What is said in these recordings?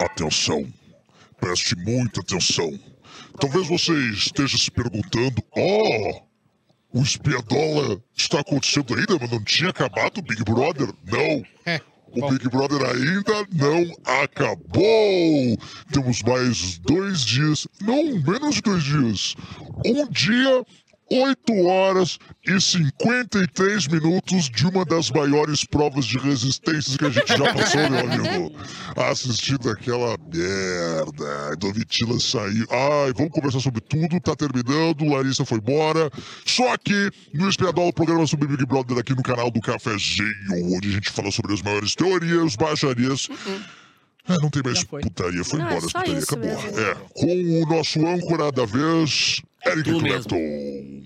atenção. Preste muita atenção. Talvez você esteja se perguntando: oh, o espiadola está acontecendo ainda, mas não tinha acabado o Big Brother? Não. É, O Big Brother ainda não acabou! Temos mais dois dias, não menos de dois dias. Um dia, 8 horas e 53 minutos de uma das maiores provas de resistência que a gente já passou, meu amigo. Assistindo aquela merda. Domitila saiu. Ai, vamos conversar sobre tudo, tá terminando, Larissa foi embora. Só aqui no Espiadola, o programa sobre Big Brother aqui no canal do Cafezinho, onde a gente fala sobre as maiores teorias, baixarias. É, não tem mais foi. putaria, foi Uhum. Não, é embora as só putarias, isso acabou. mesmo. É, com o nosso âncora da vez, Eric tu Clapton.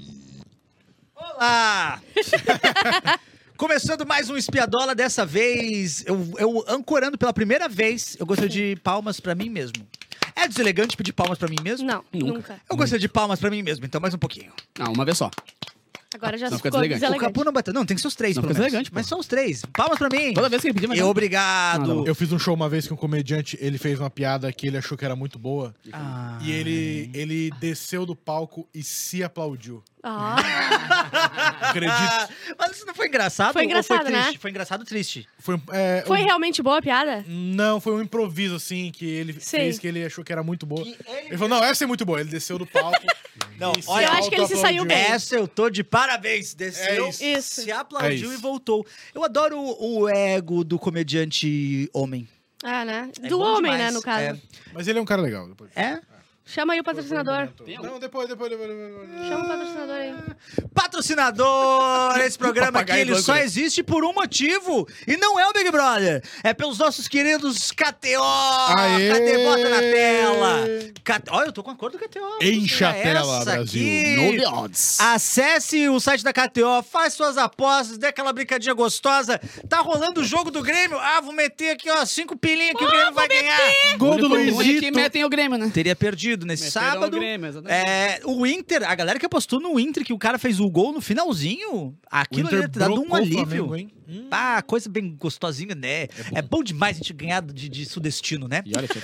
Olá! Ah! Começando mais um Espiadola, dessa vez eu, eu ancorando pela primeira vez. Eu gostaria de palmas pra mim mesmo. É deselegante pedir palmas pra mim mesmo? Não, Nunca. nunca. Eu gostaria de palmas pra mim mesmo, então mais um pouquinho. Não, Ah, uma vez só. Agora já Não, fica ficou deselegante. O Capu deselegante. não bateu. Não, tem que ser os três, Não, pelo fica menos. elegante, pô. Mas só os três. Palmas pra mim. Toda vez que ele pedia, mas Eu, não. Ah, obrigado. Não, não. Eu fiz um show uma vez que um comediante, ele fez uma piada que ele achou que era muito boa. Ah. E ele, ele desceu do palco e se aplaudiu. Ah, Ah, Acredito. mas isso não foi engraçado? Foi ou engraçado, foi triste? né? Foi engraçado ou triste? Foi, um- é, foi um- realmente boa a piada? Não, foi um improviso, assim, que ele Sei. fez que ele achou que era muito boa. Que ele- Ele, falou, não, essa é muito boa. Ele desceu do palco. Não, e se olha, Eu acho que ele se saiu autoaplaudiu. bem. Essa eu tô de parabéns. Desceu, É isso. Isso. se aplaudiu É e isso. voltou. Eu adoro o, o ego do comediante homem. Ah, né? É Do bom homem, demais. né, no caso. Mas ele é um cara legal. Depois. É. é. Chama aí o patrocinador. Não, depois, depois, depois. depois. Chama o patrocinador aí. Patrocinador! Esse programa aqui Papagaio ele do só âncora. existe por um motivo. E não é o Big Brother. É pelos nossos queridos KTO. Aê! KTO bota na tela. K- Olha, eu tô com a cor do KTO. Enche a Essa tela, Brasil. aqui. No the odds. Acesse o site da KTO, faz suas apostas, dê aquela brincadinha gostosa. Tá rolando o jogo do Grêmio? Ah, vou meter aqui, ó, cinco pilinhas Ah, que o Grêmio vai ganhar. Gol do Onde- onde que Luizito. metem o Grêmio, né? Teria perdido nesse Meteram sábado. o Grêmio, né? exatamente. é, o Inter, a galera que apostou no Inter, que o cara fez o gol no finalzinho, O aquilo Inter ali ter dado um brocou o alívio. Flamengo, hein? Hum. Ah, coisa bem gostosinha, né? É bom, demais a gente ganhar de, de sudestino, né? E olha, tia.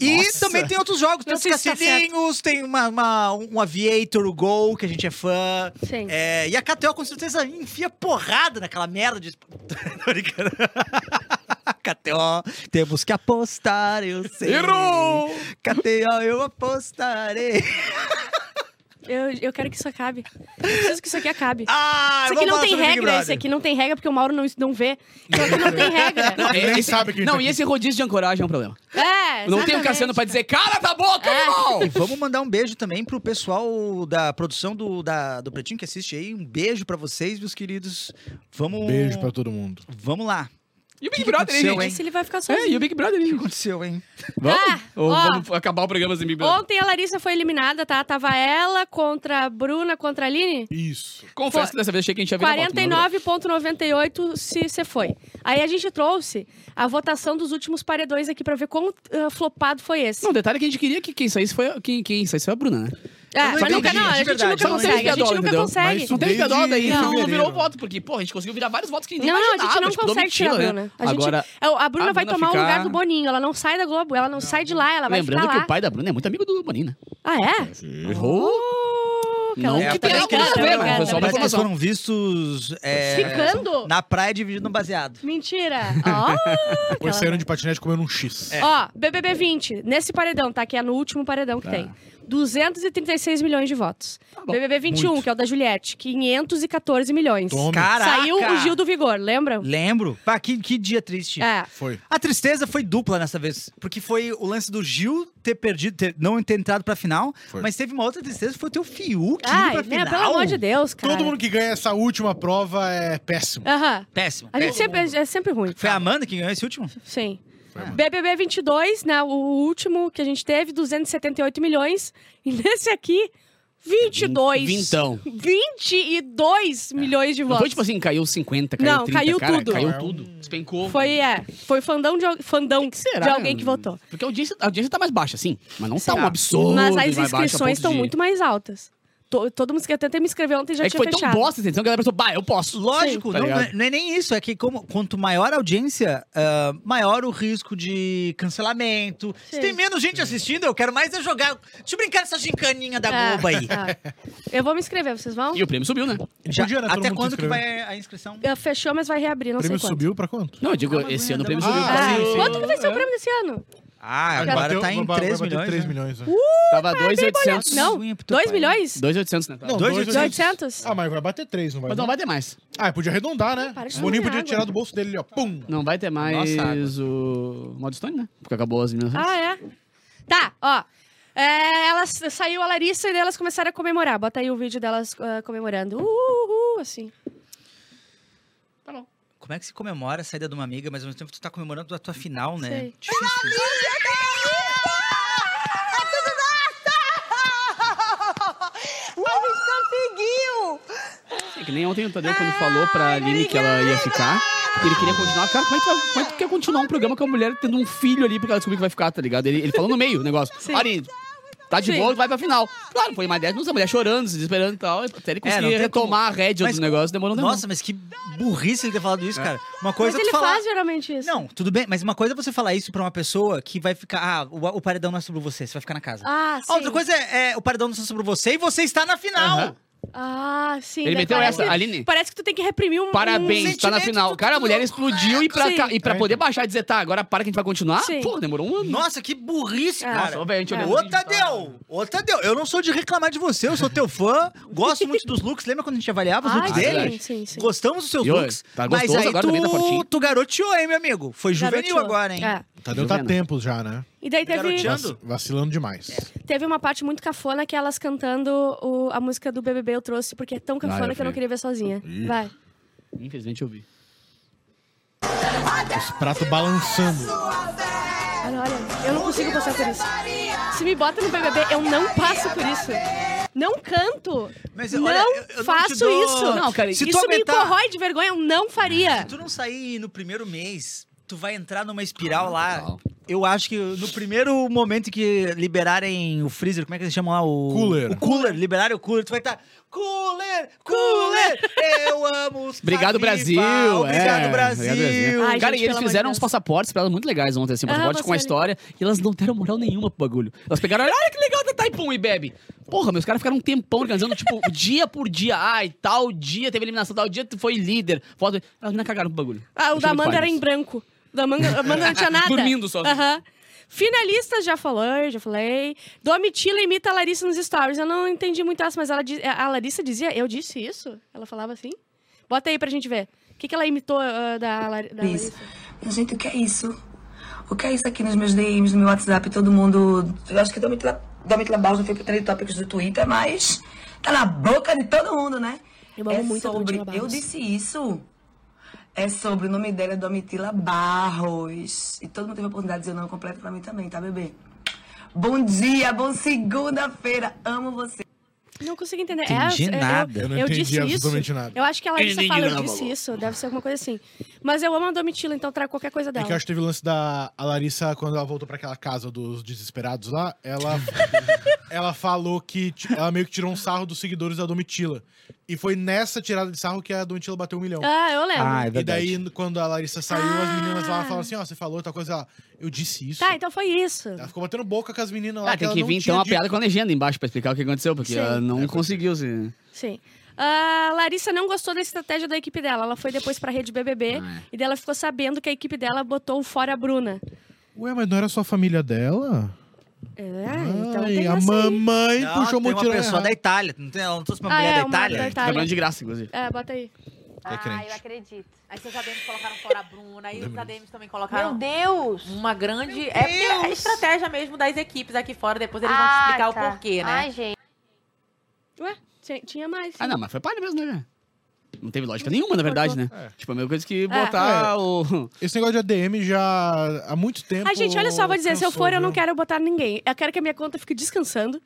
E também tem outros jogos, tem Eu os sei se tá cassininhos, tem uma, uma- um Aviator o Gol, que a gente é fã. Sim. É, e a KTO com certeza enfia porrada naquela merda de. Tô brincando. KTO, temos que apostar, eu sei. Errou! KTO, eu apostarei. Eu, eu quero que isso acabe. Eu preciso que isso aqui acabe. Ah, isso vamos aqui não falar tem sobre Big regra, Brother. isso aqui não tem regra, porque o Mauro não, não vê. Então aqui não tem regra. Ele nem Esse- sabe quem Não, tá e aqui. esse rodízio de ancoragem é um problema. É, Não tem o exatamente. É. Cassiano pra dizer, cara da boca, irmão! E vamos mandar um beijo também pro pessoal da produção do, da- do Pretinho que assiste aí. Um beijo pra vocês, meus queridos. Vamos. Beijo pra todo mundo. Vamos lá. E o Big que Brother, hein, aconteceu, gente? hein? Esse ele vai ficar É, e sozinho. o Big Brother, hein? O que aconteceu, hein? Tá, Vamos? Ou ó. vamos acabar o programa assim, sem Big Brother? Ontem a Larissa foi eliminada, tá? Tava ela contra a Bruna contra a Aline. Isso. Confesso que dessa vez achei que a gente ia ver na volta, mas não deu. 49,98 se você foi. Aí a gente trouxe a votação dos últimos paredões aqui pra ver quão ah, flopado foi esse. Não, o detalhe é que a gente queria que quem saísse foi a, quem, quem saísse foi a Bruna, né? é, não mas entendi, nunca, não, de a gente verdade. nunca Só não consegue. teve A gente piadola, nunca é entendeu? consegue. Mas Não teve Desde pedal daí, não, fevereiro. então virou voto, porque, pô, a gente conseguiu virar vários votos que nem Não, não, a imaginava. gente não tipo, consegue tirar a Domitila, Bruna. A gente, Agora, é, a Bruna a vai Bruna tomar o lugar ficar- do Boninho. Ela não sai da Globo, ela não, sai de lá, ela Ah, vai lembrando ficar que lá. o pai da Bruna é muito amigo do Boninho, né? Ah, é? Errou. Oh, Não É, aquela- que tenha aquela- nada a ver, aquela- mas foi só uma Parece que eles informação. foram vistos. é, Ficando? Na praia dividindo no baseado. Mentira. Ó, Depois aquela- É. saíram de patinete comendo um X. Ó, BBB 20, nesse paredão, tá? Que é no último paredão que Tá. tem. 236 milhões de votos. bom. BBB 21, Muito. que é o da Juliette, 514 milhões. Toma. Caraca! Saiu o Gil do Vigor, lembram? Lembro. Pá, que, que dia triste. É. Foi. A tristeza foi dupla nessa vez, porque foi o lance do Gil ter perdido, ter- não ter entrado pra final, Foi. mas teve uma outra tristeza, foi ter o Fiuk indo Ai, né, pra final. pelo amor de Deus, cara. Todo mundo que ganha essa última prova é péssimo. Aham. Péssimo. A gente péssimo. sempre, é sempre ruim. Foi a Amanda que ganhou esse último? Sim. Foi, mano. BBB 22, né? O último que a gente teve, 278 milhões. E nesse aqui, 22. Vintão. 22 milhões de Não votos. foi tipo assim, caiu 50, caiu Não, 30, caiu cara, tudo. Caiu tudo. Despencou. Foi, é, foi fandão de, al- fandão de alguém que votou. Porque a audiência, a audiência tá mais baixa, sim. Mas não Será? tá um absurdo. Mas as mais baixa a ponto inscrições estão de- muito mais altas. to- todo mundo que até me escreveu ontem já É que tinha foi tão fechado. bosta essa edição que a galera pensou, bah, eu posso. Lógico, Tá não, ligado? não é nem isso. É que como, quanto maior a audiência, ah, maior o risco de cancelamento. Se Sim. tem menos gente assistindo, eu quero mais é jogar. Deixa eu brincar nessa gincaninha da Tá, Globo aí. tá. Eu vou me inscrever, vocês vão? E o prêmio subiu, né? Já- Podia, né, todo até mundo se quando que inscrever. vai a inscrição? Eh, Fechou, mas vai reabrir, O não prêmio sei quanto. subiu pra quanto? Não, eu digo, Dá uma esse aguinha, ano o dá uma prêmio subiu. aguinha. por Ah, causa sim, do- quanto que vai ser o é. prêmio desse ano? Ah, Vai agora bater- tá em vai- 3 vai bater milhões. 3 né? milhões, né? Tava 2,800. Não, Unha pro teu 2 pai. milhões? 2,800, né? Tava. Não, Dois 2,800. 800? Ah, mas vai bater 3, não vai? Mas não vai ter mais. Ah, podia arredondar, né? para de O Boninho jogar podia água. tirar do bolso dele, ali, ó. Pum! Não vai ter mais Nossa, o modo Stone, né? Porque acabou as meninas. Ah, é? Tá, ó. É, elas saiu a Larissa e daí elas começaram a comemorar. Bota aí o vídeo delas ah, comemorando. Uhul, assim. Como é que se comemora a saída de uma amiga, mas ao mesmo tempo tu tá comemorando a tua final, né? Sei. Difícil. Vamos conseguiu! É que nem ontem o Tadeu, Ah, quando falou pra Aline que ela ia ficar, que ele queria continuar. Cara, como é que, tu vai- como é que tu quer continuar um programa com a mulher tendo um filho ali porque ela descobriu que vai ficar, tá ligado? Ele, ele falou no meio o negócio. Sim. Aline, tá de Sim. boa, vai pra final. Claro, foi mais 10 minutos, a mulher chorando, se desesperando e tal. Até ele É, não conseguir tem retomar como. a rédea Mas- do negócio, demorou um tempo. Nossa, mas que burrice ele ter falado isso, cara. Uma Mas coisa é tu ele falar. faz geralmente isso. Não, tudo bem, mas uma coisa é você falar isso pra uma pessoa que vai ficar. Ah, o, o paredão não é sobre você, você vai ficar na casa. Ah, sim. A outra coisa é, é, o paredão não é sobre você e você está na final. Aham. Ah, sim. Ele daí meteu tá parece- essa, Aline. Parece que tu tem que reprimir um. Parabéns, Hum, tá na sentimento final. do- Cara, a mulher explodiu e pra, Sim. ca- e pra É, poder então. baixar e dizer, tá, agora para que a gente vai continuar? Sim. Pô, demorou um ano. Nossa, que burrice, É. cara. Nossa, ô, velho, a gente tá É. olhando o Ô, vídeo e Tadeu! Ô, Tadeu, eu não sou de reclamar de você, eu sou teu fã, gosto muito dos looks. Lembra quando a gente avaliava os um... looks Ah, dele? sim, sim, sim. Gostamos dos seus E, ô, looks, tá mas gostoso aí agora também, tá tu, fortinho. tu garoteou, hein, meu amigo? Foi juvenil Garoteou. agora, hein? É. Tadeu tá Juvena. tempos já, né? E daí teve, Garoteando. Vac- Vacilando demais. teve uma parte muito cafona que elas cantando o- a música do BBB eu trouxe, porque é tão cafona eu que eu não vi. queria ver sozinha. Vai. Infelizmente eu vi. Os pratos balançando. Cara, olha, eu não consigo passar por isso. Se me bota no BBB, eu não passo por isso. Não canto. Mas, não olha, eu- eu não faço te dou- isso. Não, cara, Se se isso tu me aguentar- corrói de vergonha, eu não faria. Se tu não sair no primeiro mês, tu vai entrar numa Ah, espiral lá. total. Eu acho que no primeiro momento que liberarem o freezer, como é que eles chamam lá? O Cooler. O cooler, liberarem o cooler, tu vai estar. cooler, cooler, eu amo os Obrigado, Capiva, Brasil! Obrigado, é, Brasil! Ai, Cara, gente, e eles pelo amor fizeram de uns Deus. passaportes pra elas muito legais ontem, assim, um Ah, passaporte com a você- história, e elas não deram moral nenhuma pro bagulho. Elas pegaram, olha que legal, tá, tá, e pum, e bebe. Porra, meus caras ficaram um tempão organizando, tipo, dia por dia. Ai, tal dia teve eliminação, tal dia tu foi líder. Foto... Elas não cagaram pro bagulho. Eu Ah, o da chego de Amanda era pais. em branco. Da Amanda, Amanda não tinha nada. Dormindo sozinha. Aham. Finalistas, já falei, já falei. Domitila imita a Larissa nos stories. Eu não entendi muito essa, mas ela, di- a Larissa dizia, eu disse isso? Ela falava assim? Bota aí pra gente ver. O que, que ela imitou ah, da, Lar- da Larissa? Isso. Eu, gente, o que é isso? O que é isso aqui nos meus DMs, no meu WhatsApp, todo mundo. Eu acho que Domitila Domitila Barros não foi pro Trend Topics do Twitter, mas tá na boca de todo mundo, né? Eu amo é muito a sobre... Domitila Barros. Eu disse isso. É sobre o nome dela é Domitila Barros. E todo mundo teve a oportunidade de dizer o nome completo pra mim também, tá, bebê? Bom dia, bom segunda-feira. Amo você. Não consigo entender. Entendi É, é, nada. Eu, Eu não eu entendi disse absolutamente isso. nada. Eu acho que a Larissa Entendi fala, eu nada. disse isso. Deve ser alguma coisa assim. Mas eu amo a Domitila, então trago qualquer coisa É dela. que eu acho que teve o lance da a Larissa, quando ela voltou pra aquela casa dos desesperados lá, ela, ela falou que ti- ela meio que tirou um sarro dos seguidores da Domitila. E foi nessa tirada de sarro que a Domitila bateu um milhão. Ah, eu lembro. Ah, é e verdade. daí, n- quando a Larissa saiu, as meninas lá Ah. falaram assim: ó, você falou tal coisa, ela, eu disse isso. tá, então foi isso. Ela ficou batendo boca com as meninas lá. Ah, tem ela que não vir tinha É então uma dito. piada com a legenda embaixo pra explicar o que aconteceu, porque Sim. ela não conseguiu se. Sim. A Larissa não gostou da estratégia da equipe dela. Ela foi depois pra rede BBB Ah, é. e daí ela ficou sabendo que a equipe dela botou o fora a Bruna. Ué, mas não era só a família dela? É, então Ai, tem a essa aí. mamãe Não, puxou o tem uma né? mutirão. pessoa errado. da Itália. Não, tem, ela não trouxe uma Ah, mulher é, da uma Itália? da Itália. Trabalhando de graça, inclusive. É, bota aí. É Ah, crente. eu acredito. Aí seus ADMs colocaram fora a Bruna, aí os ADMs também Meu colocaram Deus! uma grande. É porque é a estratégia mesmo das equipes aqui fora, depois eles vão te explicar o porquê, né? Ah, tá. Ai, gente. Ué, ti- tinha mais. Ah, não, mas foi palha mesmo, né? Não teve lógica nenhuma, na verdade, né? É. Tipo, a mesma coisa que É. botar o. Esse negócio de ADM já há muito tempo. Ai, Ah, gente, olha só, vou dizer, se eu cansou, for, eu não viu? quero botar ninguém. Eu quero que a minha conta fique descansando.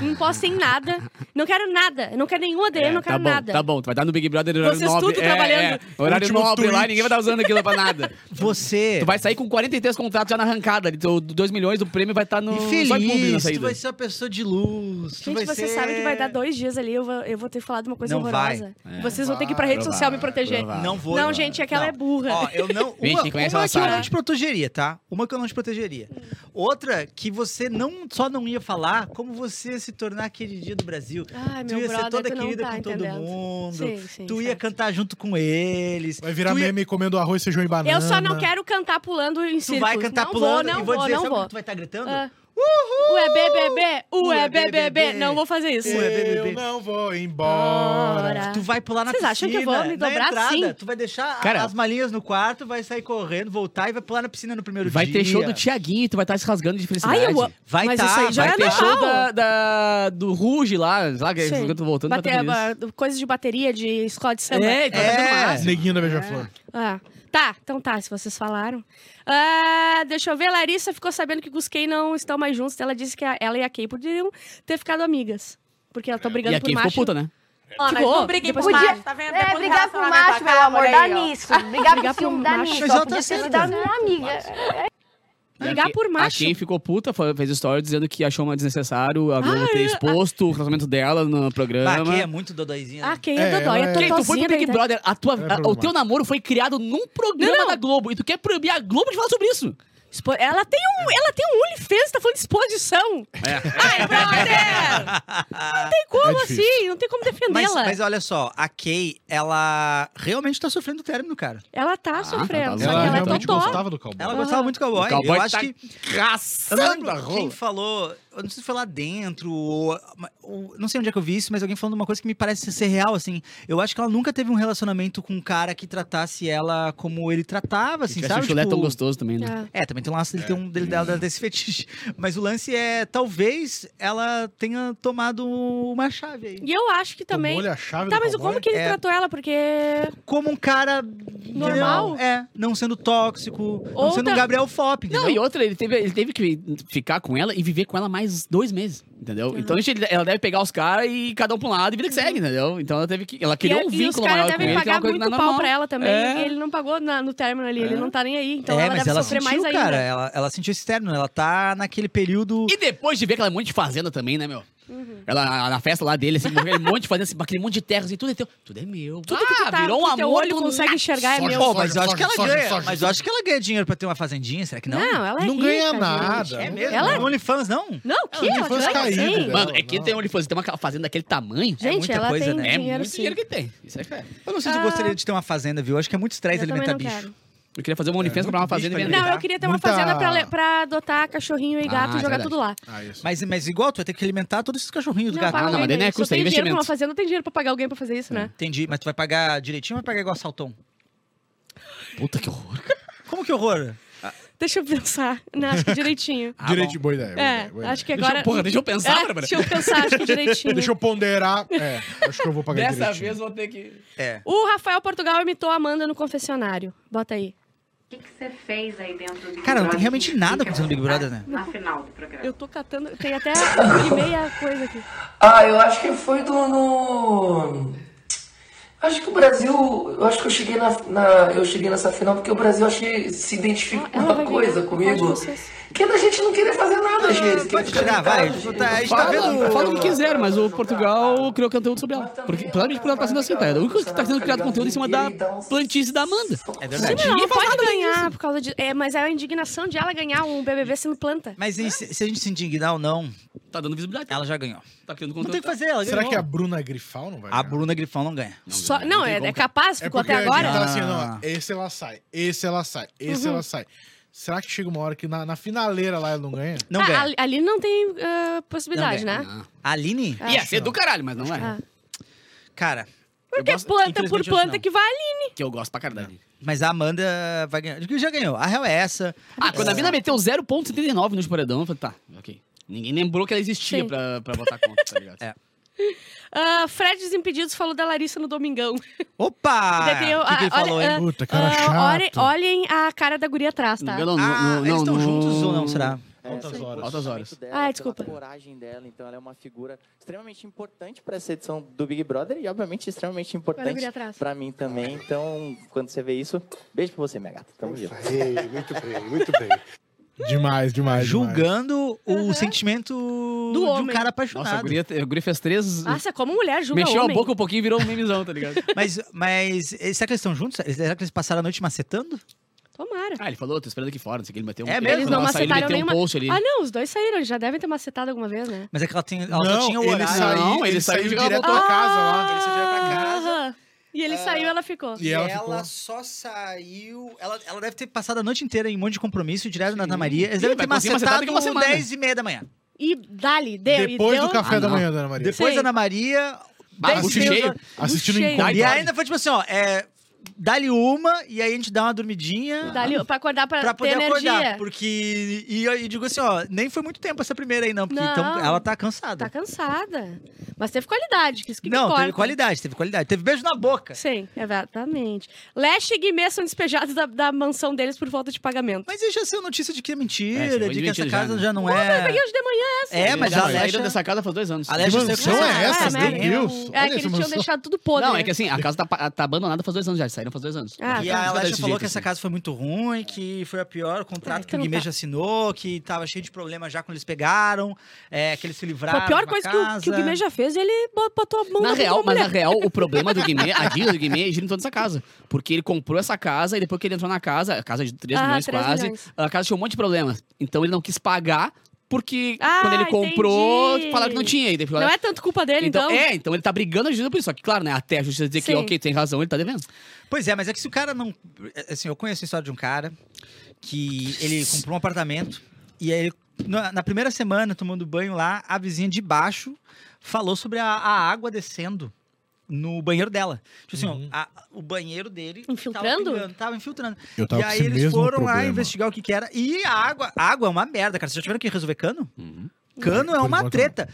não posso em nada. Não quero nada. Eu não quero nenhum ADM, É, não quero tá bom, nada. Tá bom, tu vai dar no Big Brother horário Vocês nobre. É, tudo trabalhando. Horário Último nobre lá, tweet. ninguém vai estar usando aquilo pra nada. Você. tu vai sair com 43 contratos já na arrancada. ali, teu 2 milhões do prêmio vai estar no. e Só em público na feliz, tu saída. vai ser uma pessoa de luz. tu Gente, vai você ser... sabe que vai dar dois dias ali, eu vou, eu vou ter falado uma coisa Não vai. horrorosa. É, Vocês vão ter que ir pra rede Provável, social me proteger. provável. Não vou. Não, gente, aquela é burra. Ó, eu não. Gente, uma quem conhece uma ela que eu não sabe. te protegeria, tá? Uma que eu não te protegeria. Outra que você não só não ia falar, como você ia se tornar queridinha do Brasil. Ai, tu meu ia brother, ser toda tu não querida tá com todo entendendo. mundo. Sim, sim, tu ia certo. cantar junto com eles. Vai virar tu ia- meme comendo arroz, feijão e banana. Eu só não quero cantar pulando em Tu círculos. vai cantar não pulando vou, não e vou, vou, dizer, não sabe o vou. que tu vai estar gritando? Ah. O é BBB, o é Ué, BBB. BBB. Não vou fazer É, isso. Ué, BBB. Eu não vou embora. Bora. Tu vai pular na Vocês piscina. acham que eu vou me na dobrar? entrada, Sim. Tu vai deixar a- Cara- as malinhas no quarto, vai sair correndo, voltar e vai pular na piscina no primeiro Vai dia. ter show do Tiaguinho, tu vai estar se rasgando de felicidade. Ai, eu... Vai Mas tá, isso aí já Vai é ter normal. show da, da- do Ruge lá, lá que Sim. eu tô voltando Bate- vai ter ba- Coisas de bateria, de escola de samba. É, tá fazendo É. massa. Neguinho da Beija-Flor. Ah, tá, então tá, se vocês falaram. Ah, deixa eu ver, Larissa ficou sabendo que Gusquei não estão mais juntos. Ela disse que a- ela e a Kay poderiam ter ficado amigas. Porque elas estão brigando E por aqui ficou macho. puta, né? Ó, nós Ficou. não briguem por Depois macho, podia- tá vendo? Tipo, É, Depois do brigar por relacionamento macho, meu acaba, amor, olha dá aí, ó. nisso. Brigar Brigar por por ciúme, dá macho. nisso. Mas Só ela tá podia ter certa. sido a né? minha amiga. Brigar Aqui- por macho. A Kim ficou puta, foi- fez story dizendo que achou uma desnecessário a Ah, Globo é. ter exposto o relacionamento dela no Bah, programa. aqui é muito dodóizinha. né? Ah, Kay é, É, dodói, ela é é- Quem, tu foi totozinha pro da Big ideia. Brother, a tua- É a- o problemático. teu namoro foi criado num programa Não. da Globo e tu quer proibir a Globo de falar sobre isso. Expo- Ela tem um, ela tem um OnlyFans, tá falando de exposição. Ai, brother! Não tem como É difícil. assim, não tem como Mas, defendê-la. mas olha só, a Kay, ela realmente tá sofrendo o término, cara. Ela tá tá sofrendo, louco. só que Ela ela é realmente totó. gostava do cowboy. Ela Aham. gostava muito do cowboy. O cowboy eu acho tá que. Eu não Caçando a lembro quem rola. falou. Eu não sei se foi lá dentro, ou, ou- Não sei onde é que eu vi isso, mas alguém falando uma coisa que me parece ser real, assim. Eu acho que ela nunca teve um relacionamento com um cara que tratasse ela como ele tratava, Se assim, tivesse um sabe? chulé Tipo, tão gostoso também, né? Ah. É, também tem um lance dele ter um dele dela desse fetiche. Mas o lance é, talvez ela tenha tomado uma chave aí. E eu acho que também... Tomou-lhe a chave Tá, do mas cowboy? como que ele É. tratou ela? Porque Como um cara. Normal? entendeu? É, não sendo tóxico, não Ou sendo um tá- Gabriel Fop, entendeu? Não, e outra, ele teve, ele teve que ficar com ela e viver com ela mais dois meses, Tá. entendeu? Então a gente- ela deve pegar os caras e cada um pra um lado e vida que segue, entendeu? Então ela teve que. Ela criou Uhum. e, um e os vínculo caras maior com devem ele, que é pagar uma coisa que muito não é pau normal. pra ela também. É. E ele não pagou na- no término ali, ele não tá nem aí. Então é, ela mas deve ela sofrer sentiu, mais cara. é ainda. Ela, ela sentiu esse término. Ela tá naquele período. E depois de ver aquela monte de fazenda também, né, meu? Uhum. Ela, na festa lá dele, assim, com aquele monte de fazenda, assim, aquele monte de terra, assim, tudo é teu. Tudo é meu. Tudo que tu tá, virou um que teu amor olho do consegue nada. enxergar é Soja, meu. soja. Pô, mas eu acho que ela soja, ganha. soja, mas eu soja. acho que ela ganha dinheiro pra ter uma fazendinha, será que não? Não, ela é Não rica, ganha gente. nada. É mesmo? Ela- Ela... OnlyFans, não? Não, o é? que? Ela Ela foi ganha caída, sim. né? Mano, Não, é que não. tem onde fazer, tem uma fazenda daquele tamanho. É Gente, muita ela coisa, tem né? é dinheiro muito sim. dinheiro que tem. Isso é claro. Eu não sei se eu gostaria de ter uma fazenda, viu? Eu acho que é muito estresse Ah. Eu também alimentar não bicho. quero. Eu queria fazer uma OnlyFans, É, comprar uma muito bicho fazenda e pra vender. Não, eu queria ter uma Muita- fazenda pra, le- pra adotar cachorrinho e gato tá Ah, e jogar verdade. tudo lá. Ah, isso. Mas, mas igual, tu vai ter que alimentar todos esses cachorrinhos do gato. paga- paga não, mas alguém daí não é pra isso. custo, é Eu tenho dinheiro pra uma investimento. É. fazenda, não tem dinheiro pra pagar alguém pra fazer isso, né? Entendi, mas tu vai pagar direitinho ou vai pagar igual saltão? Puta que horror. Como que horror? Deixa eu pensar. Não, acho que direitinho. tá Ah, Direito, bom. boa ideia. boa É, ideia, boa acho que Deixa eu- agora... porra, deixa eu pensar, É, Bárbara. Deixa eu pensar, acho que um- direitinho. Deixa eu ponderar. É, acho que eu vou pagar Dessa direitinho. vez eu vou ter que. É. O Rafael Portugal imitou a Amanda no confessionário. Bota aí. O que que você fez aí dentro do Big Cara, não tem Brother? realmente nada Fica acontecendo no Big Brother, né? Na final do programa. Eu tô catando. Tem até e meia coisa aqui. Ah, eu acho que foi do no. Acho que o Brasil. Eu acho que eu cheguei na, na- eu cheguei nessa final porque o Brasil acho que se identifica Ah, com uma ela vai ganhar. comigo. Eu comigo. gosto disso. Que é da gente não querer fazer nada, às vezes. querer Pode ficar tirar, em vai. casa, gente. A gente tá Fala, vendo. fala o que quiser, mas o Portugal criou conteúdo sobre ela. Porque, provavelmente por ela tá sendo assim, tá? É o único que tá sendo criado conteúdo em cima da plantice da Amanda. É Sim, verdade. mas ela não Ninguém faz pode nada ganhar por causa de. É, mas é a indignação de ela ganhar um BBB sendo planta. Mas e se, se a gente se indignar ou não, Tá dando visibilidade. ela já ganhou. tá criando Não conteúdo. tem o que fazer, ela Será ganhou. que a Bruna é Grifal não vai A ganhar? Bruna Grifão não ganha. Só, não, é, é capaz, É ficou porque até a gente agora. tá assim, Ah. não, esse ela sai, esse ela sai, esse Uhum. ela sai. Será que chega uma hora que na, na finaleira lá ela não ganha? Não Ah, ganha. ali- ali não tem ah, possibilidade, Não ganha. né? A Aline? Ia ser é do caralho, mas não Ah. é. Cara, Porque Eu gosto- planta por infelizmente, eu acho planta não. que vai ali. né? Que eu gosto pra caralho. mas a Amanda vai ganhar. Já ganhou. A real é essa. Ah, quando a mina meteu 0,79 no esporadão, eu falei, tá, ok. Ninguém lembrou que ela existia Sim. pra, pra botar conta, tá ligado? É. Ah, Fred Desimpedidos falou da Larissa no Domingão. Opa! Daí tem o- O que, que ele ah, olha, falou, ah, hein? Puta, cara Ah, olhe- chato. olhem a cara da guria atrás, tá? Não, não, Ah, não, eles não, estão não. juntos ou não, será? Altas Essa horas. Altas horas. Dela, Ah, pela desculpa. coragem dela, então ela é uma figura extremamente importante para essa edição do Big Brother e obviamente extremamente Olha a guria importante atrás. para mim também. Então, quando você vê isso, beijo pra você, minha gata. Tamo junto. Demais, demais. demais. Julgando o sentimento de um homem. cara Nossa, a apaixonado. guria, a guria fez três. Nossa, como mulher julga mexeu homem. a boca um pouquinho e virou um memezão, tá ligado? mas, mas eh, será que eles estão juntos? Será que eles passaram a noite macetando? Tomara. Ah, ele falou, tô esperando aqui fora, não sei o que, ele meteu um. É mesmo? Ele, Não nossa, ele macetaram meteu um nenhuma- post ali. Ah, não, os dois saíram. Eles já devem ter macetado alguma vez, né? Mas é que ela, tem, ela só Não, tinha o ele horário. saiu, Não, ele, ele saiu saiu de- direto Ah! da casa lá. Ele saiu direto pra casa. É. Aham. E ele saiu ela ficou. E ela ficou- só saiu. Ela, ela deve ter passado a noite inteira em um monte de compromisso direto na Ana Maria. Eles Ih, devem ter vai conseguir macetar macetado daqui uma semana. 10 e meia da manhã. E dali, deu. e Depois deu... do café Ah, da não. manhã, Dona Maria. Depois Sei. da Ana Maria. Bah, 10 bucho e meia cheio. da- Assistindo o Cheio. encontro. E ainda foi tipo assim, ó, é, dá-lhe uma e aí a gente dá uma dormidinha Dali, pra acordar pra, pra poder ter energia. acordar. Porque. E eu e digo assim, ó, nem foi muito tempo essa primeira aí, não. Porque Não. então ela tá Tá cansada. cansada. Mas teve qualidade, que isso que não, importa. teve qualidade, teve qualidade. Teve beijo na boca. Sim, exatamente. Leste e Guimê são despejados da, da mansão deles por falta de pagamento. Mas isso já saiu notícia de que é mentira, É, isso foi de que mentira essa já, casa né? já não Eu peguei é. hoje de manhã. É, mas já a saíram Alexa. dessa casa faz dois anos. A Alexa Que saiu mansão Ah, é essa? é, Meu né? Deus. É, Olha que essa eles tinham mansão. deixado tudo podre. Não, é né? que assim, a casa tá, pa- tá abandonada faz dois anos já, eles saíram faz dois anos. Ah, E tá. a Ela Alexa desse falou jeito, que essa assim. casa foi muito ruim, que foi a pior, o contrato É, que o então Guimê tá. já assinou, que tava cheio de problema já quando eles pegaram, é, que eles se livraram. Foi a pior da coisa que o, que o casa. Guimê já fez, ele bo- botou a mão Na na real, mas mulher. na real, o problema do Guimê, a dívida do Guimê gira em torno dessa casa. Porque ele comprou essa casa e depois que ele entrou na casa, a casa é de 3 Ah, milhões 3 quase, milhões. a casa tinha um monte de problemas. Então ele não quis pagar porque Ah, quando ele comprou, entendi. falaram que não tinha. E depois, Não é tanto culpa dele, então. então, é, então ele tá brigando a justiça por isso. Só que, claro, né? Até a justiça dizer que, Sim. ok, tem razão, ele tá devendo. Pois é, mas é que se o cara não. Assim, eu conheço a história de um cara que ele comprou um apartamento e aí ele, na, na primeira semana, tomando banho lá, a vizinha de baixo falou sobre a, a água descendo no banheiro dela. Tipo assim, ó, a- o banheiro dele. tava Infiltrando? pingando, Tava, infiltrando. Eu tava e com aí esse eles mesmo foram lá problema. investigar o que, que era. E a água. A água é uma merda, cara. Vocês já tiveram que resolver cano? Cano é Por uma enquanto, treta.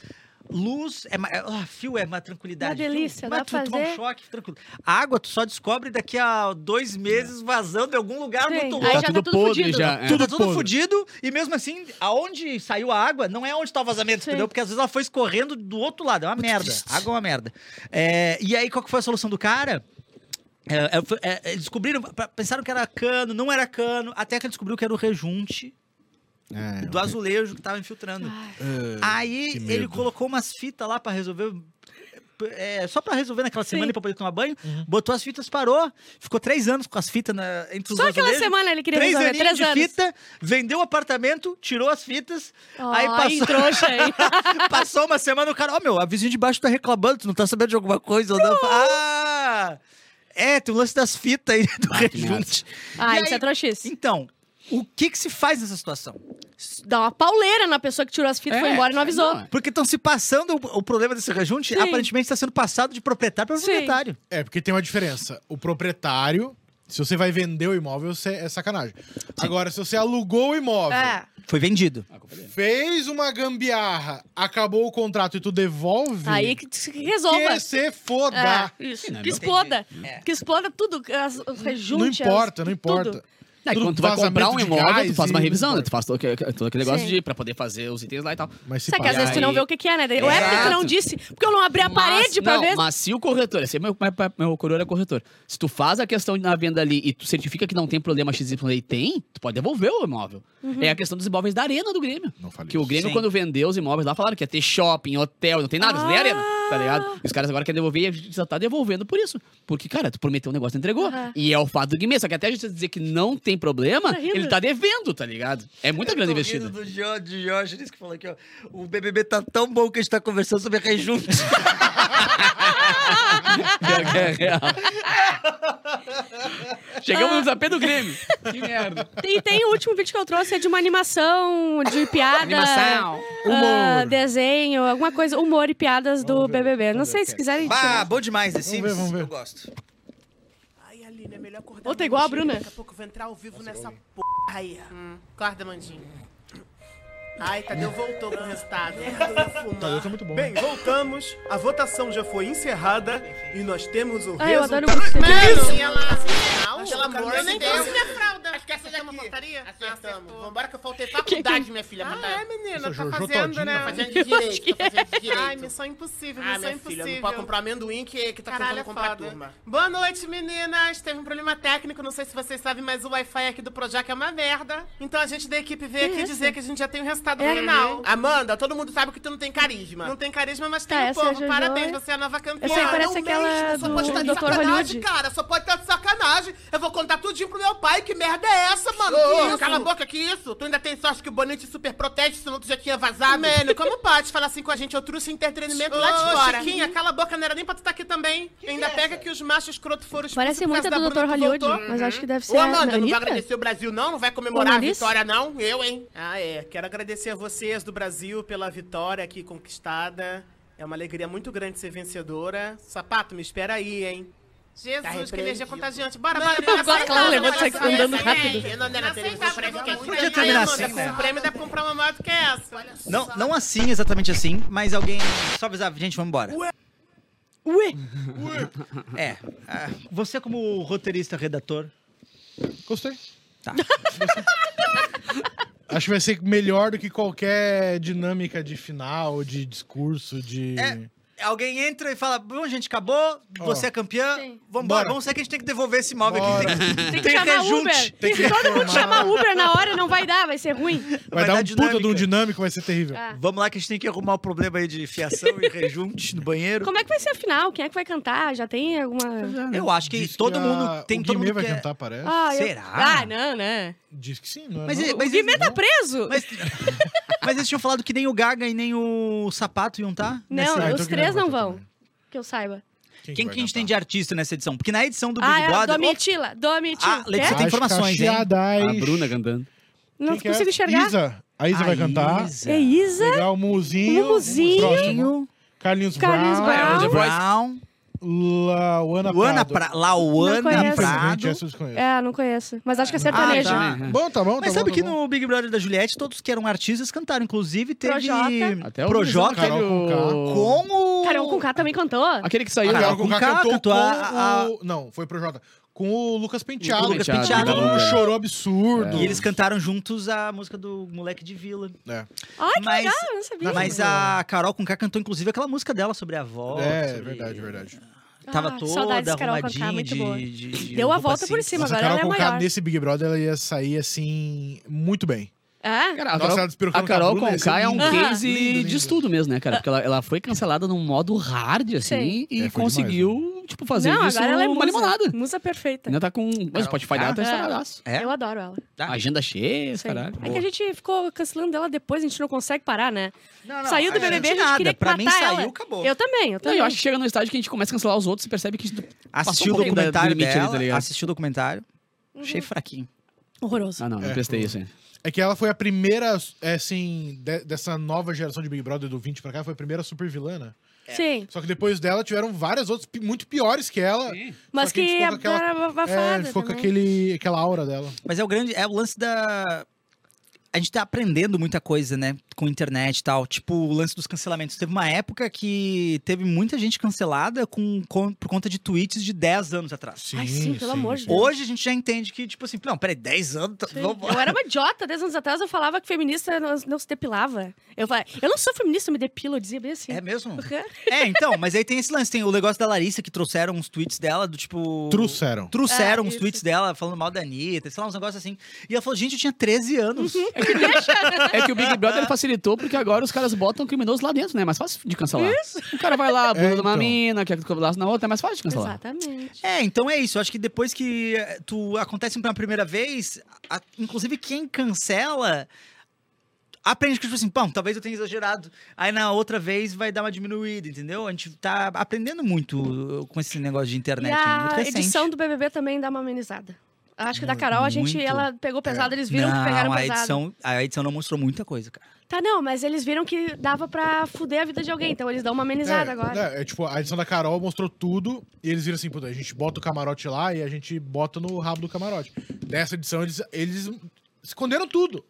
Luz é. ma- é- ah, fio é uma tranquilidade. Uma delícia, fio, dá mas pra tu toma um fazer. choque, tranquilo. A água tu só descobre daqui a dois meses vazando de algum lugar Sim, muito aí longe. já tá tudo podre fudido. já. é. Tudo, tá tudo podre. fudido, e mesmo assim, aonde saiu a água, não é onde tá o vazamento, Sim. entendeu? Porque às vezes ela foi escorrendo do outro lado, é uma merda. A água é uma merda. É, e aí, qual que foi a solução do cara? É, é, foi- é, é, descobriram, pra- pensaram que era cano, não era cano, até que ele descobriu que era o rejunte É, do azulejo que tava infiltrando. Aí que medo. ele colocou umas fitas lá pra resolver. é, só pra resolver naquela semana e pra poder tomar banho, botou as fitas, parou, ficou três anos com as fitas na- entre os Só aquela azulejos, semana ele queria Três resolver. Três aninhos de anos. fita, vendeu o apartamento, tirou as fitas, Ó, aí passou- em trouxa aí. passou uma semana o cara, ó meu, a vizinha de baixo tá reclamando, tu não tá sabendo de alguma coisa? ou Não. Ah! É, tem o lance das fitas aí do Ah, que merda. rejunte. Ah, E isso aí- é trouxice. Então, o que que se faz nessa situação? Dá uma pauleira na pessoa que tirou as fitas, É, foi embora e não avisou. não, é. Porque estão se passando o, o problema desse rejunte, Sim. aparentemente está sendo passado de proprietário para Sim. proprietário. É, porque tem uma diferença. O proprietário, se você vai vender o imóvel, você é sacanagem. Agora, se você alugou o imóvel, É. Foi vendido. Ah, culpa dele. fez uma gambiarra, acabou o contrato e tu devolve, Aí que, que resolva. que se foda. É, isso. não é que meu. exploda. Que exploda tudo, as, os rejuntos. Não importa, não importa. Não, e Tudo quando tu vai comprar um vazamento de imóvel, gás tu faz uma e- revisão, né? Tu faz todo aquele, todo aquele negócio Sim. de pra poder fazer os itens lá e tal. Mas se Só que às E pagar- vezes tu não aí- vê o que, que é, né? Daí, Ué, porque tu Exato. não disse? Porque eu não abri a parede pra não, ver. Mas se o corretor, esse é meu, meu, meu coroa é corretor. Se tu faz a questão na venda ali e tu certifica que não tem problema XY e tem, tu pode devolver o imóvel. Uhum. É a questão dos imóveis da arena do Grêmio. Não falei que o isso. Grêmio, Sim. quando vendeu os imóveis lá, falaram que ia ter shopping, hotel, não tem nada, isso nem é arena, tá Ah. ligado? E os caras agora querem devolver e a gente já tá devolvendo por isso. Porque, cara, tu prometeu um negócio e entregou. Aham. E é o fato do Guimê. Só que até a gente dizer que não tem problema, Tá rindo. ele tá devendo, tá ligado? É muita grande investida. do Jorge, de Jorge, que falou aqui, ó. O BBB tá tão bom que a gente tá conversando sobre rejunte. É real. Chegamos no desapé do Grêmio. Que merda. E tem o último vídeo que eu trouxe, é de uma animação, de piada. Animação. ah, Humor. desenho, alguma coisa. Humor e piadas do BBB. Não sei se quiserem. bah, bom demais esse Vamos ver, vamos ver. Eu gosto. Ai, Aline, é melhor acordar. Ou tá igual a Bruna. Daqui a pouco eu vou entrar ao vivo nessa porra aí. Guarda, Mandinho. Ai, Tadeu voltou com o resultado. Tadeu tá muito bom. Bem, voltamos. A votação já foi encerrada e nós temos o Ai, Ah, eu resultado. adoro o Gustavo. Pelo amor Eu de nem Deus. trouxe minha fralda. Acho que essa já é uma portaria? Acertamos. Vambora que eu faltei faculdade, minha filha. Ah, é, menina, tá fazendo, né? Tá fazendo de direito, tá fazendo de direito. é. Ai, missão impossível, Ah, missão minha impossível. filha, não pode comprar amendoim que, que tá Caralho, é tentando comprar foda. a turma. Boa noite, meninas. Teve um problema técnico, não sei se vocês sabem, mas o Wi-Fi aqui do Projac é uma merda. Então a gente da equipe veio Que aqui isso? dizer que a gente já tem o resultado É. final. Amanda, todo mundo sabe que tu não tem carisma. Não tem carisma, mas tem Tá, o essa é a povo. Jojo, Parabéns, é? você é a nova campeã. Essa aí parece Não aquela mesmo, do pode estar de Dr. sacanagem, Hollywood. cara. Só pode estar de Sacanagem! Eu vou contar tudinho pro meu pai, que merda é essa, mano? Ô, que ô, isso? cala a boca, que isso? Tu ainda tem sorte que o Bonite super protege, senão tu já tinha vazado. Mano, como pode falar assim com a gente? Eu trouxe entretenimento Ô, lá de fora. Chiquinha, cala a boca, não era nem pra tu estar aqui também. Ainda pega que é? os machos escroto foram Tipo, Parece muito a do Dr. Hollywood, Hum. mas acho que deve ser Ô, a Amanda, não vai Anitta? agradecer o Brasil, não? Não vai comemorar a Larissa? vitória, não? Eu, hein? Ah, é. Quero agradecer a vocês do Brasil pela vitória aqui conquistada. É uma alegria muito grande ser vencedora. Sapato, me espera aí, hein? Tá Jesus, que repreendido. energia contagiante. Bora, Não, bora. eu gosto que ela não levanta e sai aceitava, andando não rápido. aceitava. Eu não era televisão, aceitava, parece que é não aqui podia tem terminar assim, Amanda, né? Com o prêmio dá pra comprar uma moto que é essa. Não, não assim, exatamente assim, mas alguém. Só avisar, gente, vamos embora. Ué. Ué! É. ah, Você, como roteirista, redator. Gostei. Tá. Acho que vai ser melhor do que qualquer dinâmica de final, de discurso, de. É, Alguém entra e fala: Bom, gente, acabou, Ó. você é campeã, Bora. vambora, vamos sair que a gente tem que devolver esse imóvel Bora. aqui. Tem que, Tem que chamar Uber. Tem que Se todo mundo reformar. chamar Uber na hora, não vai dar, vai ser ruim. Vai, dar um é puta de um dinâmico, vai ser terrível. Ah. Vamos lá que a gente tem que arrumar o problema aí de fiação e rejunte no banheiro. Como é que vai ser a final? Quem é que vai cantar? Já tem alguma. Eu acho que todo a- mundo tem o todo Guimê mundo é- vai quer- cantar, parece. Ah, eu- Será? Ah, não, né? Diz que sim, não é? Mas, não? e- mas o Guimê eles- tá preso! Mas, mas eles tinham falado que nem o Gaga e nem o Sapato iam tá? estar? Não, os três não vão. Que eu saiba. Quem, que a gente tem de artista nessa edição? Porque na edição do Big Ah, é, Brother... Domitila. Domitila. Ah, Letícia, tem informações, hein? cacheadas. Bruna cantando. Não Quem que consigo é? enxergar. Isa. A Isa vai cantar. Isa. É Isa, Legal, o Mumuzinho. Mumuzinho. Próximo. Carlinhos, Carlinhos Brown. Brown. Brown. Lauana Luana Prado. pra... Lauana conheço. Infelizmente, Prado. essa eu desconheço. É, não conheço. Mas acho que é sertanejo. sertanejo. Ah, tá. Bom, tá bom, Mas tá sabe bom, que tá bom. no Big Brother da Juliette, todos que eram artistas cantaram. Inclusive, teve Projota. um Até o Projota Carol Conká. com o... Carol Conká também cantou? Aquele que A saiu. Carol Conká cantou cantou com a- a- o... Não, foi pro Jota. Com o Lucas Penteado. O Lucas Penteado. Todo mundo chorou absurdo. E eles cantaram juntos a música do Moleque de Vila. É. Ai, que Mas- legal, eu não sabia. Mas a Carol Conká cantou, inclusive, aquela música dela sobre a avó. É, sobre- verdade, verdade. Tava Ah, saudades toda de Carol Conká, arrumadinha muito de, boa. de- de Deu a roupa assim. volta por simples. cima, Mas a agora ela Carol é Conká maior. nesse Big Brother, ela ia sair, assim, muito bem. É? Cara, a Nossa, Carol, ela despirou com a o Carol cabelo, né? Conká é um Isso é lindo. case Lindo, lindo. de estudo mesmo, né, cara? Porque ela, ela foi cancelada num modo hard, assim, Sim. e É, foi conseguiu, tipo, fazer não, isso agora ela é uma musa. limonada. Musa perfeita. Ainda tá com... Mas o Spotify dela tá É. estouradaço. É? Eu adoro ela. Agenda cheia, Sim. caralho. É que a gente ficou cancelando dela depois, a gente não consegue parar, né? Não, não, saiu do a gente BBB, a gente nada. queria Pra matar mim, ela. saiu, acabou. Eu também, eu Não, também. eu acho que chega no estágio que a gente começa a cancelar os outros e percebe que a gente Assisti Passou o um pouco da- do documentário limite ali, dela, tá ligado? assisti o documentário, Uhum. achei fraquinho. Horroroso. Ah, não, É, não prestei isso aí. É que ela foi a primeira, é, assim, de- dessa nova geração de Big Brother do 20 pra cá, foi a primeira super vilana. Sim. Só que depois dela tiveram várias outras pi- muito piores que ela. Mas Só que a gente que a ficou com aquela- aquela... É, abafada ficou com também. aquele, aquela aura dela. Mas é o grande, é o lance da... A gente tá aprendendo muita coisa, né? Com internet e tal. Tipo, o lance dos cancelamentos. Teve uma época que teve muita gente cancelada com, com- por conta de tweets de 10 anos atrás. Ai, sim, pelo amor de Deus. Hoje a gente já entende que, tipo assim, não, peraí, 10 anos... tá- Sim. vamos- Eu era uma idiota. Dez anos atrás eu falava que feminista não, não se depilava. Eu falava, eu não sou feminista, eu me depilo, eu dizia bem assim. É mesmo? É, então, mas aí tem esse lance, tem o negócio da Larissa que trouxeram uns tweets dela do tipo. Trouxeram. Trouxeram É, uns isso. tweets dela falando mal da Anitta, sei lá, uns negócios assim. E ela falou, gente, eu tinha 13 anos. É que o Big Brother facilitou porque agora os caras botam criminosos lá dentro, né? É mais fácil de cancelar. O cara vai lá, bula É, de uma então. mina, quer que tu coblasse na outra, é mais fácil de cancelar. Exatamente. É, então é isso. Eu acho que depois que eh, tu acontece pela primeira vez, a- inclusive quem cancela. Aprende que, tipo assim, pão, talvez eu tenha exagerado. Aí na outra vez vai dar uma diminuída, entendeu? A gente tá aprendendo muito eh, com esse negócio de internet. E né? Muito a recente. edição do BBB também dá uma amenizada. Acho que da Muito, Carol, a gente, muito. É. ela pegou pesado, eles viram que Não, pegaram a pesado. edição, a edição não mostrou muita coisa, cara. Tá, não, mas eles viram que dava pra fuder a vida de alguém, então eles dão uma amenizada é, agora. É, é, tipo, a edição da Carol mostrou tudo e eles viram assim, puta, a gente bota o camarote lá e a gente bota no rabo do camarote. Nessa edição, eles, eles esconderam tudo.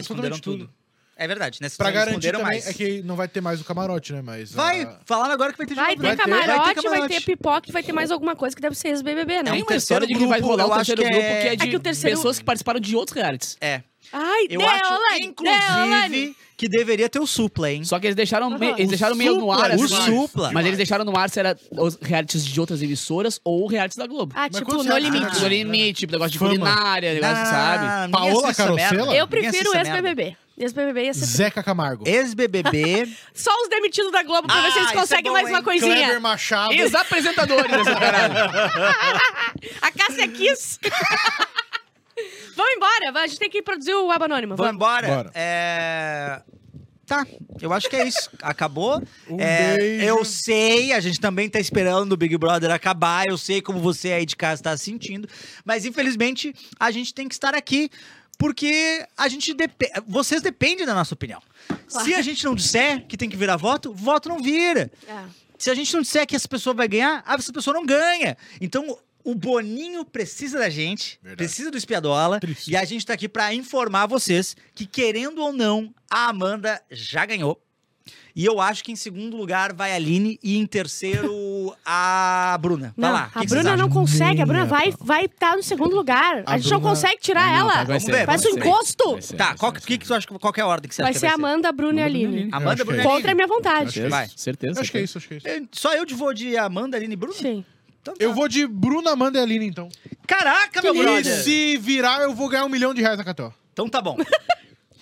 É, esconderam Esconderam absolutamente É, tudo. tudo. É verdade, né? Vocês Pra não garantir responderam também mais. é que não vai ter mais o camarote, né? Mas, Vai, ah, falaram agora que vai ter de Vai novo, ter, né? camarote, vai ter camarote. É, então, pipoca e vai ter mais alguma coisa que deve ser ex-BBB, né? Tem uma história de que vai rolar o terceiro grupo, que é de que o terceiro... pessoas que participaram de outros realities. É. Ai, Eu deu, acho, Lani, deu, Lani. inclusive, que deveria ter o supla, Uhum. hein? Só que eles deixaram, me- Aham. eles O deixaram meio no ar. Supla, o assim, Supla. Mas eles deixaram no ar se era os realities de outras emissoras ou realities da Globo. Ah, Mas tipo, quando No você- Limite. Ah, no Limite, tipo, negócio de Fama. culinária, negócio, Ah, sabe? ninguém Paola assiste essa Carosella? merda. Hum. Eu Ninguém assiste prefiro o essa ex-BBB. Ex-BBB ia ser... Zeca Camargo. Ex-BBB. Só os demitidos da Globo pra ver se Ah, eles isso é conseguem bom, mais hein? uma coisinha. Kleber Machado. Ex-apresentadores dessa caralho. A Cássia Kiss. Vamos embora, vai, a gente tem que produzir o Aba Anônima. Vamos Vamos. embora? Bora. É... Tá, eu acho que é isso. Acabou. Um É, beijo. Eu sei, a gente também tá esperando o Big Brother acabar. Eu sei como você aí de casa tá sentindo. Mas infelizmente, a gente tem que estar aqui. Porque a gente depende. Vocês dependem da nossa opinião. Se a gente não disser que tem que virar voto, voto não vira. Ah. Se a gente não disser que essa pessoa vai ganhar, ah, essa pessoa não ganha. Então, o Boninho precisa da gente, precisa do Espiadola. E a gente tá aqui pra informar vocês que, querendo ou não, a Amanda já ganhou. E eu acho que em segundo lugar vai a Aline e em terceiro a Bruna. Vai Não, lá. o que a que vocês Bruna não acham? consegue, a Bruna vai estar vai tá no segundo lugar. A, A gente não Bruna- Ah, tá, consegue tirar ela. vai ser, Faz tá, vai um ser. encosto. Tá, qual, que, que tu acha, que- qual que é a ordem que você Vai acha ser que vai Amanda, Bruna e Aline. ser? Amanda, Acho que Bruna e é Aline. Contra a minha vontade. Certeza, Vai. Certeza. Acho que é isso, acho que é isso. É, Só eu de vou de Amanda, Aline e Bruna? Sim. Então tá. Eu vou de Bruna, Amanda e Aline, então. Caraca, meu E brother! se virar, eu vou ganhar um milhão de reais na Cató. Então tá bom.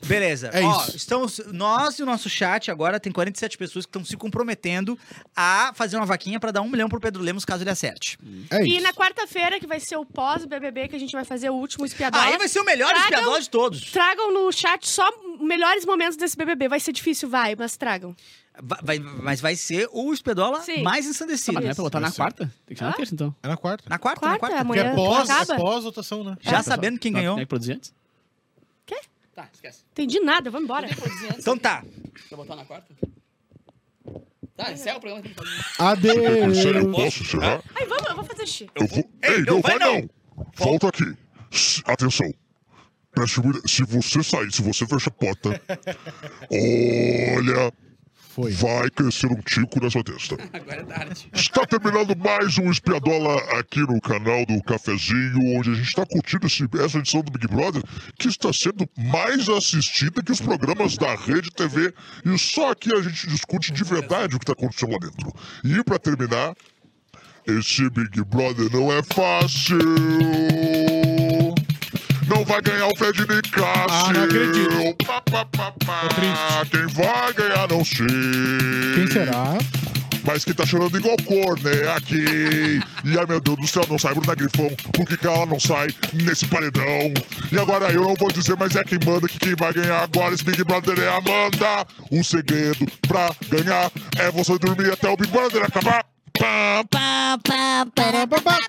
Beleza. É Ó, isso. estamos, nós e o nosso chat agora tem 47 pessoas que estão se comprometendo a fazer uma vaquinha pra dar um milhão pro Pedro Lemos caso ele acerte. É E isso. na quarta-feira, que vai ser o pós-BBB, que a gente vai fazer o último espiadola. Ah, Aí vai ser o melhor Traga espiadola de todos. Tragam no chat só melhores momentos desse BBB. Vai ser difícil, vai, mas tragam. Va- vai- mas vai ser o espiadola Sim. mais Ah, ensandecido. mas não é pra lotar na quarta? Tem que ser na Ah? terça, então. É na quarta. Na quarta, na Quarta, quarta. Porque amanhã é pós, acaba. é pós votação, né? Já sabendo quem ganhou. Tem que produzir antes? Quê? Tá, esquece. Entendi nada, vamos embora. Então tá. Pra botar na quarta? Tá, encerra o programa. Sério, eu Adeus. posso encerrar? Ai, vamos, eu vou fazer xixi. Eu vou... Ei, não vai não! Volta aqui. S- Atenção. Preste muita- Se você sair, se você fecha a porta, olha, Foi. vai crescer um tico na sua testa. Agora é tarde. Está terminando mais um Espiadola aqui no canal do Cafezinho, onde a gente está curtindo esse- essa edição do Big Brother, que está sendo mais assistida que os programas da Rede TV. E só aqui a gente discute de verdade o que está acontecendo lá dentro. E para terminar, esse Big Brother não é fácil. Não vai ganhar o Fred Nicásio. Ah, não acredito. Pá, pá, pá, pá. Tô triste. Quem vai ganhar, não sei. Quem será? Mas quem tá chorando igual cor, né? Aqui. E ai meu Deus do céu, não sai Bruna Grifão. Por que que ela não sai nesse paredão? E agora eu não vou dizer, mas é quem manda que quem vai ganhar agora esse Big Brother é a Amanda. O segredo pra ganhar é você dormir até o Big Brother acabar. Pá, pá. Parababá.